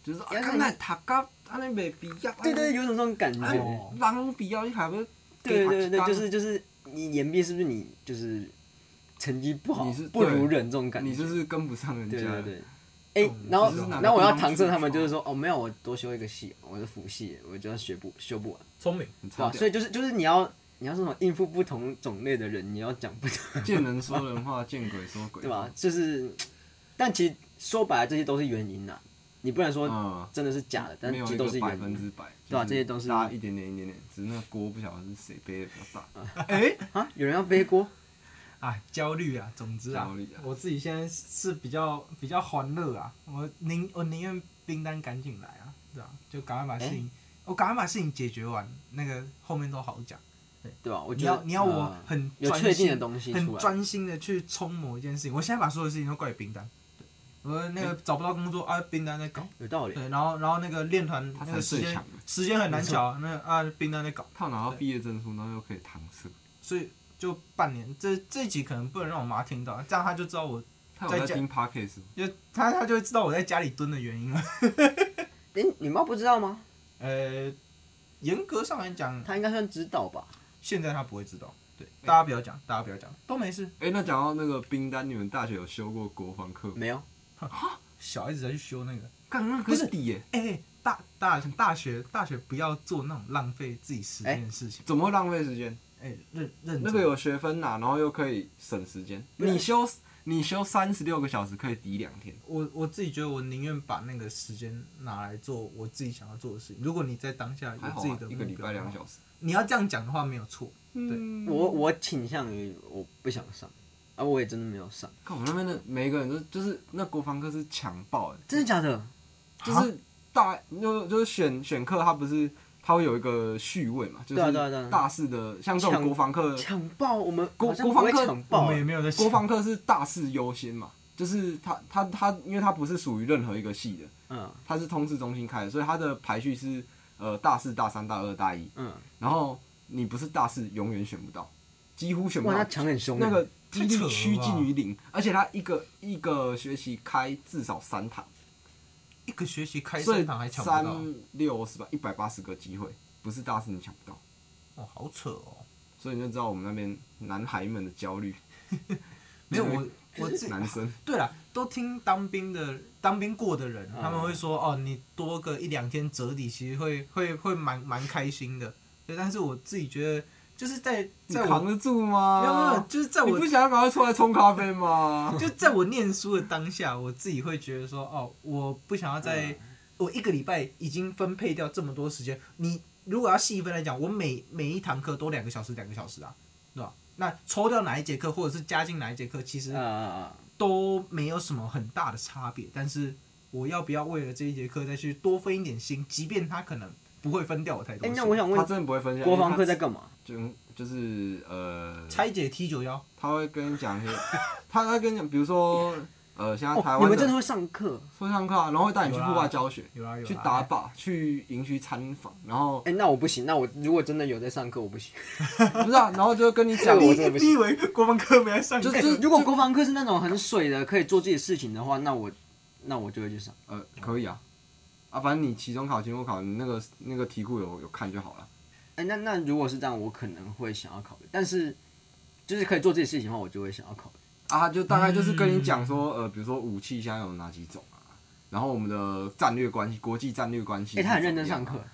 就是说
要
啊，
是
看那塔嘎，啊那没必要，
对对，，有种这种感
啊
觉，
哦，
狼必要你还不是
对
给塔
对对，
嘎
就是就是你岩壁是不是你就是成绩不好
你是，
不如
对
人这种感觉，
你就是跟不上人
对
家
对
的，哦
对。哎、
嗯
然后
就是哪个
然后我要
地方
搪塞
去
他们，
闯
就是说，哦，没有，我多修一个系，我是辅系，我就要学不修不完，
聪明，
很
对吧、
超屌
所以就是就是你要你要说什么应付不同种类的人，你要讲不同，
见人说人话，见鬼说鬼
对
话
吧？，就是，但其实说白了，这些都是原因呐，你不能说
嗯。
真的是假的，但
没有
这
一
都
个
是
百
原
分
因
之百，
对啊
就是
这些都是
大家一点点一点点，只是那个锅不晓得是谁背的比较大。
哎
啊。有人要背锅，
啊，焦虑啊，总之啊
焦虑啊，
我自己现在是比较比较欢乐啊，我宁我宁愿冰单赶紧来啊，对啊，就赶快把事情，我赶快把事情解决完，那个后面都好讲。
对吧？我
你
觉得
要你要我
呃
很
有
专
确定的
心
东西
很
出来，
专心的去冲某一件事情，我现在把所有事情都怪给冰单，对，我那个找不到工作啊，冰单在搞，
有道理。
对，然后然后那个练团
他才
那个时
最
间
强
时间很难瞧，那啊冰单在搞。
他拿到毕业证书，然后又可以搪塞，
所以就半年，这这一集可能不能让我妈听到，这样她就知道我，
他有
在家
在听 podcast 吗
就她她就会知道我在家里蹲的原因了。
哎、你妈不知道吗？
呃，严格上来讲，
她应该算知道吧？
现在她不会知道，对，大家不要讲，大家不要讲，都没事。
哎、那讲到那个冰单，你们大学有修过国防课吗？
没有，
小孩子才去修那个，
干，那可是底耶、
哎、大大大学大学不要做那种浪费自己时间的事情，
怎么会浪费时间？
哎、认认真
那个有学分拿，然后又可以省时间。你修你修三十六个小时可以抵两天，
我我自己觉得，我宁愿把那个时间拿来做我自己想要做的事情。如果你在当下
还
有
好
自己
啊
的，
一
目
个
标，
礼拜两小时。
你要这样讲的话没有错，嗯
对，
我我倾向于我不想上，啊，我也真的没有上，
看我那边的每一个人都就是那国防课是强爆的，
真的假的？
啊
就是大就就是选选课，它不是它会有一个序位嘛，就
对啊对啊对啊
是大四的像这
抢
种国防
呃
课，
抢爆我们
国
好像不
国防
会
课
抢
我
爆
们
欸、
也没有在
国防课是大四优先嘛，就是它它它，因为它不是属于任何一个系的，
嗯
它是通识中心开的，所以它的排序是呃大四、大三、大二、大一，
嗯，
然后你不是大四永远选不到，几乎选不
哇，他
到，
抢很凶欸，
那个几
太扯
率
了
趋
吧
近于零，而且它一个一个学期开至少三堂，
一个学期开
所以
三堂还抢不
三
到，
六是吧？一百八十个机会，不是大四你抢不到，
哦，好扯哦。
所以你就知道我们那边男孩们的焦虑，
没有我我自
男生
对了，都听当兵的当兵过的人，
嗯
他们会说哦，你多个一两天折抵，其实会会会蛮蛮开心的。对，但是我自己觉得就是在
你
在我
扛得住吗？
没有没有，就是在
你
我
不想要赶快出来冲咖 啡吗？
就在我念书的当下，我自己会觉得说，哦，我不想要在，
嗯
我一个礼拜已经分配掉这么多时间。你如果要细分来讲，我每每一堂课都两个小时，两个小时啊，对吧？那抽掉哪一节课，或者是加进哪一节课，其
啊
实
啊啊！
都没有什么很大的差别。但是我要不要为了这一节课再去多分一点心，即便他可能不会分掉我太多
哎、
心。
那我想
他
问，
真的不会分享
国防课在
因为
干嘛？
他就就是呃，
拆解 T 九幺，
他会跟你讲一些，他他跟你讲，比如说呃，现在台
哦，
湾
你们真的
的
会上课？
会上课啊，然后会带你去
有啊
户外教学，
有啊有啊
去打靶，去营区参访，然后
哎、那我不行，那我如果真的有在上课，我不行。
不是啊，然后就跟你讲，
这个我
就
真的 不
你以为国防科没来上课？
是就是
如果国防课是那种很水的，可以做自己的事情的话，那我那我就会去上。
呃可以啊，啊，反正你期中考、期末考，你那个那个题库有有看就好了。
哎、那那如果是这样，我可能会想要考虑，但是就是可以做自己的事情的话，我就会想要考虑。
啊，就大概就是跟你讲
嗯
说，呃，比如说武器现在有哪几种啊，然后我们的战略关系、国际战略关系。
哎、他很认真上课，，
啊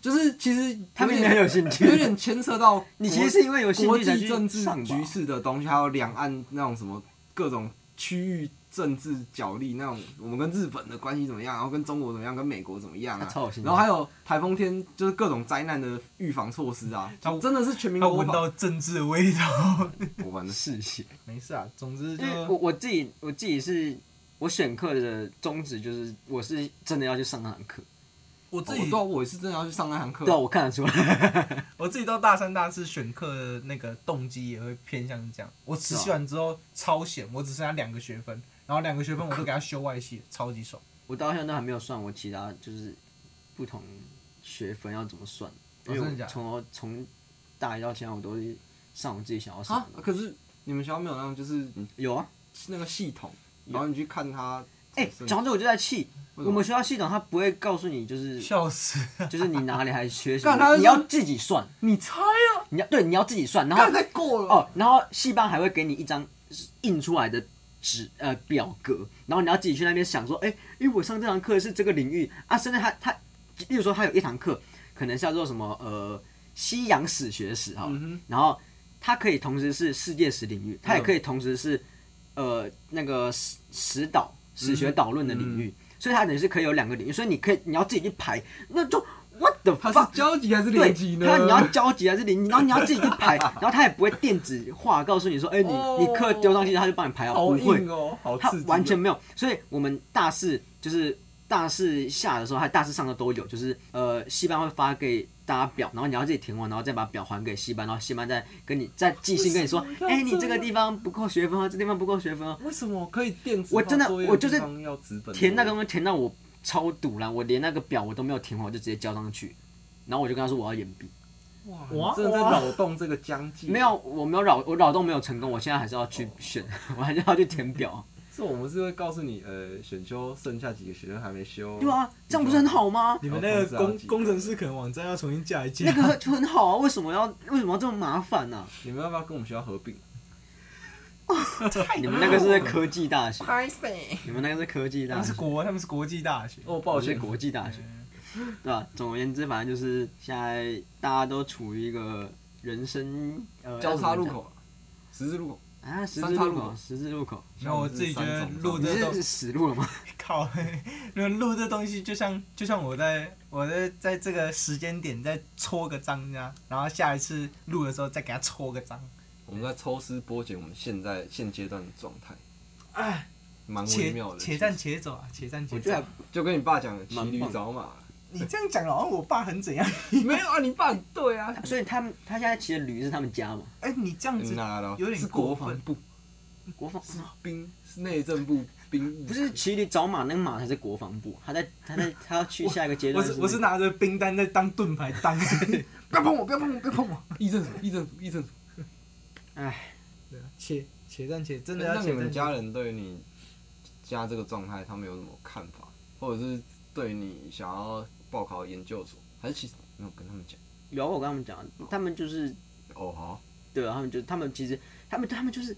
就是其实
他们
有
也很
点
有兴 趣。
有点牵扯到
你其实是因为有兴
国
趣才
际
去
政治
上吧
局势的东西，还有两岸那种什么各种区域政治角力那种，我们跟日本的关系怎么样，然后跟中国怎么样，跟美国怎么样
他
啊
超有兴，趣
然后还有台风天就是各种灾难的预防措施啊，
他
真的是全民
他
国
闻
防。哦
到政治的味道。
我玩的
嗜 血。
没事啊，总之就
因为
嗯
我我自己我自己是我选课的宗旨就是我是真的要去上那堂课，
我
哦
自己
对啊，我也是真的要去上那堂课
对啊，。我看得出来。
我自己到大三、大四选课的那个动机也会偏向这样。我
啊
实习完之后超险，我只剩下两个学分，然后两个学分我都给他修外系，超级 爽。
我到现在都还没有算我其他就是不同学分要怎么算，因
哦
为
真的假
我
的
从头从大一到现在我都是上我自己想要
啊
上的。，
可是你们学校没有那种，就是你
有啊，
那个系统，然后你去看它。
嗯哎、
是
讲到这我就在气，
为什么
我们学校系统它不会告诉你就是
笑死！
就是你哪里还缺什
干他
么，
就
你
说
要自己算，
你猜啊，
你要对你要自己算，然后
刚才过了。
哦，然后戏班还会给你一张印出来的纸呃表格，然后你要自己去那边想说，哎，因为我上这堂课是这个领域啊，甚至他他，例如说他有一堂课可能是要做什么呃西洋史学史
嗯
哈，然后它可以同时是世界史领域，它也
嗯
可以同时是呃那个史史导史
嗯
学导论的领域，所以它等于是可以有两个领域，所以你可以你要自己去排，那就 what the
它
fuck
是交集还是
对，
连集呢？
他你要交集还是零？然后你要自己去排，然后他也不会电子化告诉你说，哎、你
哦
你课丢上去，他就帮你排好，
好
不会
硬，哦，好
他
刺激哦。
完全没有。所以我们大四就是大四下的时候，还大四上的都有，就是呃，系班会发给大家表，然后你要自己填完，然后再把表还给系班，然后系班再跟你再寄信跟你说
为什，么要
哎、你这
这
个
样
地方不够学分哦，这地方不够学分哦，
为什么可以电子
我
化
真的
作业
我就是
地方要纸本
填那个
作业
东西填到我超堵了，我连那个表我都没有填完，我就直接交上去，然后我就跟他说我要延毕。
哇，你真的在扰动这个疆界。
没有，，我没有扰，我扰动没有成功，我现在还是要去选， 我还是要去填表。
是我们是会告诉你，呃，选修剩下几个学生还没修。
对啊，这样不是很好吗？
你
们那个工工程
师可能网站要重新架一架
那个很很好啊，为什么要为什么要这么麻烦啊呢、
你们要不要跟我们学校合并？
你们那个是科技大学，
拍谁？
你们那个是科技
他
大
们
学
是，国，他们是国际大学。
哦，
我
抱
们是
歉，
国际大学，对吧、总而言之，反正就是现在大家都处于一个人生呃
交叉路
要怎么
口，啊十字路口。
讲啊，十字
三岔
路
路
口，
口
十字路口，
然后我自己觉得录
你
这东
是死路了吗？
靠， 那录这东西就像就像我在我在在这个时间点再戳个章呀，然后下一次录的时候再给他戳个章，
我们在抽丝剥茧，我们现在现阶段的状态，
哎，
蛮微
且
妙的。
且战且走啊，且战且
我
走
觉 得
啊。
就跟你爸讲的骑
蛮
驴
棒的
找马，
你这样讲好像我爸很怎样。
没有啊，你爸很 对啊。
还，所以他们他现在骑的驴是他们家嘛，
哎、你这样子
哪来的？
有点
是国
过分
防部
国防啊
兵，是内政部兵，
不是骑驴找马，那个马才是国防部，啊他在他在他要去下一个阶
我
段
是
那个。
我是拿着冰单在当盾牌当，
不要碰我，不要碰我，不要碰我！议政署，议政署，议政署。
哎，
对啊且且战且真的要
那
且
你
战且
们家人对你家这个状态，他们有什么看法，或者是对你想要报考研究所，还是其实没有跟他们讲？
有我跟他们讲，他们就是
哦，好，
对啊，他们就他们其实他们他们就是，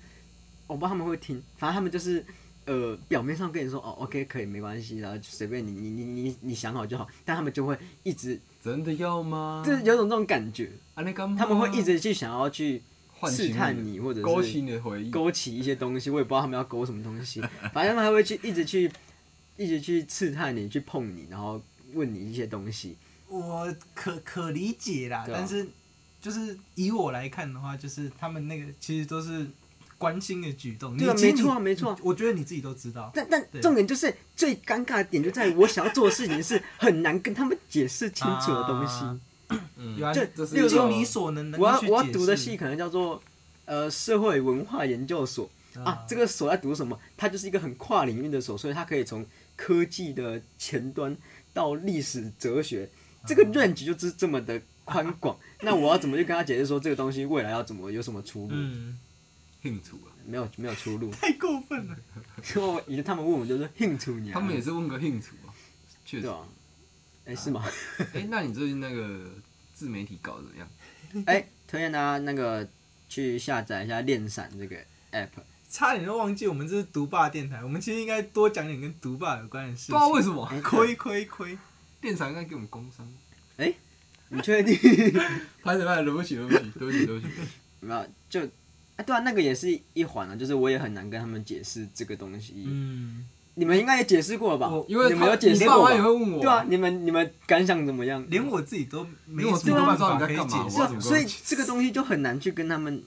我不知道他们会听，反正他们就是呃，表面上跟你说哦，OK 可以没关系，然后随便你你你你你想好就好，但他们就会一直
真的要吗？
就是有种这种感觉，
啊，那干嘛？
他们会一直去想要去
唤醒
试
的
探你或者是
勾起你的回忆。
勾起一些东西，我也不知道他们要勾什么东西，反正他们还会去一直去一直去刺探你，去碰你，然后问你一些东西。
我可可理解啦，
对啊
但是就是以我来看的话，就是他们那个其实都是关心的举动。
对啊
你其实
没错啊
你
没错啊
我觉得你自己都知道。
但但
对
重点就是最尴尬的点就在于我想要做的事情是很难跟他们解释清楚的东西。
啊
嗯
有啊，
就
这是
例如说
尽你所能能
我
够
要
去
我要
解
读的
释
系可能叫做呃社会文化研究所，啊，这个所在读什么？它就是一个很跨领域的所，所以它可以从科技的前端到历史哲学，这个 range 就是这么的宽广。那我要怎么去跟他解释说这个东西未来要怎么有什么出路？
嗯，
hint 啊，
没有没有出路。
太过分了。
所以我以前他们问我就是 hint 你啊，
他们也是问个 hint 啊，确实
对。啊，哎、是吗？
哎、那你最近那个自媒体搞得 怎么样？
哎、推荐大家那个去下载一下练闪这个 app。
差点就忘记我们这是独霸电台，我们其实应该多讲点跟独霸有关的事情。
不知道为什
哎
么，
亏亏亏，
电厂应该给我们工伤。
你确定？
拍着拍着，对不起，对不起，对不起，对不起。
没有，就啊，对啊，那个也是一环啊，就是我也很难跟他们解释这个东西。
嗯，
你们应该也解释过了吧
我？
哦因为
你们有
他
解释
你爸
过吧
妈也会问我
对啊，你们你们感想怎么样？
连我自己都没
连我自己
什
都
么办
不知道
法
你在
可以
干嘛
解
是
释。
我怎
啊，
么
所以这个东西就很难去跟他们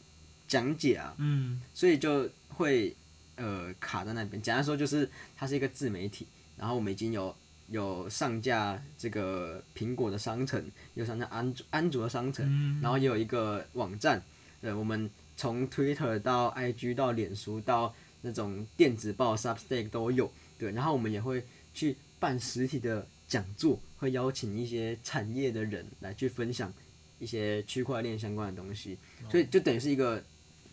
讲解啊，
嗯，
所以就会呃卡在那边。简单说就是它是一个自媒体，然后我们已经有有上架这个苹果的商城，有上架安卓安卓的商城，
嗯
然后也有一个网站，对，我们从 Twitter 到 IG 到脸书到那种电子报 Substack 都有，对，然后我们也会去办实体的讲座，会邀请一些产业的人来去分享一些区块链相关的东西，
哦
所以就等于是一个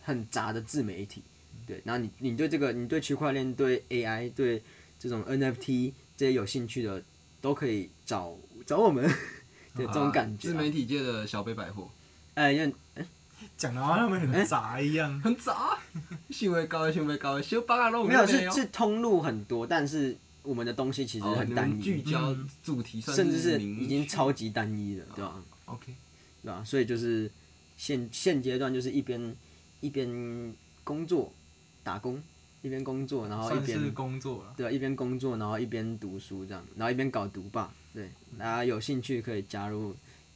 很杂的自媒体，对，然后你你对这个你对区块链对 AI 对这种 NFT 这些有兴趣的都可以找找我们， 对这种感觉、
自
啊
媒，体界的小北百货
哎，因为
讲的好像他们很杂一样。
很杂，兴味高，兴味高，修八嘎弄
没有是是通路很多，但是我们的东西其实
哦，
很
你
单
们聚
一，
焦
嗯
主题，算
甚至是
零
已经超级单一的，对吧、
哦 OK。
对吧、所以就是现现阶段就是一边一边工作打工，一边工作，然后一
算
边
是工作了，
对啊，一边工作，然后一边读书这样，然后一边搞读霸。对，大家有兴趣可以加入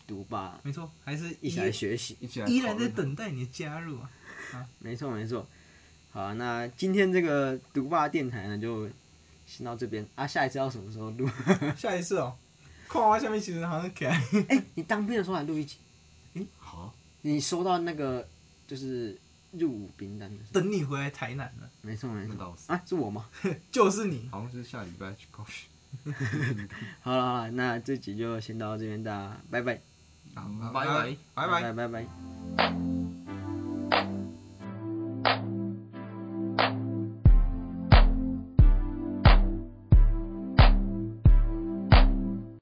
读霸，
没错，还是
一
依
起来学习。
一起来
依然
讨
在
论
等待你的加入啊。
没错没错。好、啊那今天这个读霸电台呢，就先到这边啊。下一次要什么时候录？
下一次哦，矿花下面其实好像可以。
哎、你当兵的时候来录一集，
好，
你收到那个就是入伍兵单的时候，
等你回来台南了，
没错没
那
错
倒是
啊，是我吗？
就是你。
好像是下礼拜去 高雄。
好了好了，那这集就先到这边，大家拜拜，
好拜拜。
拜拜。
拜拜拜。
拜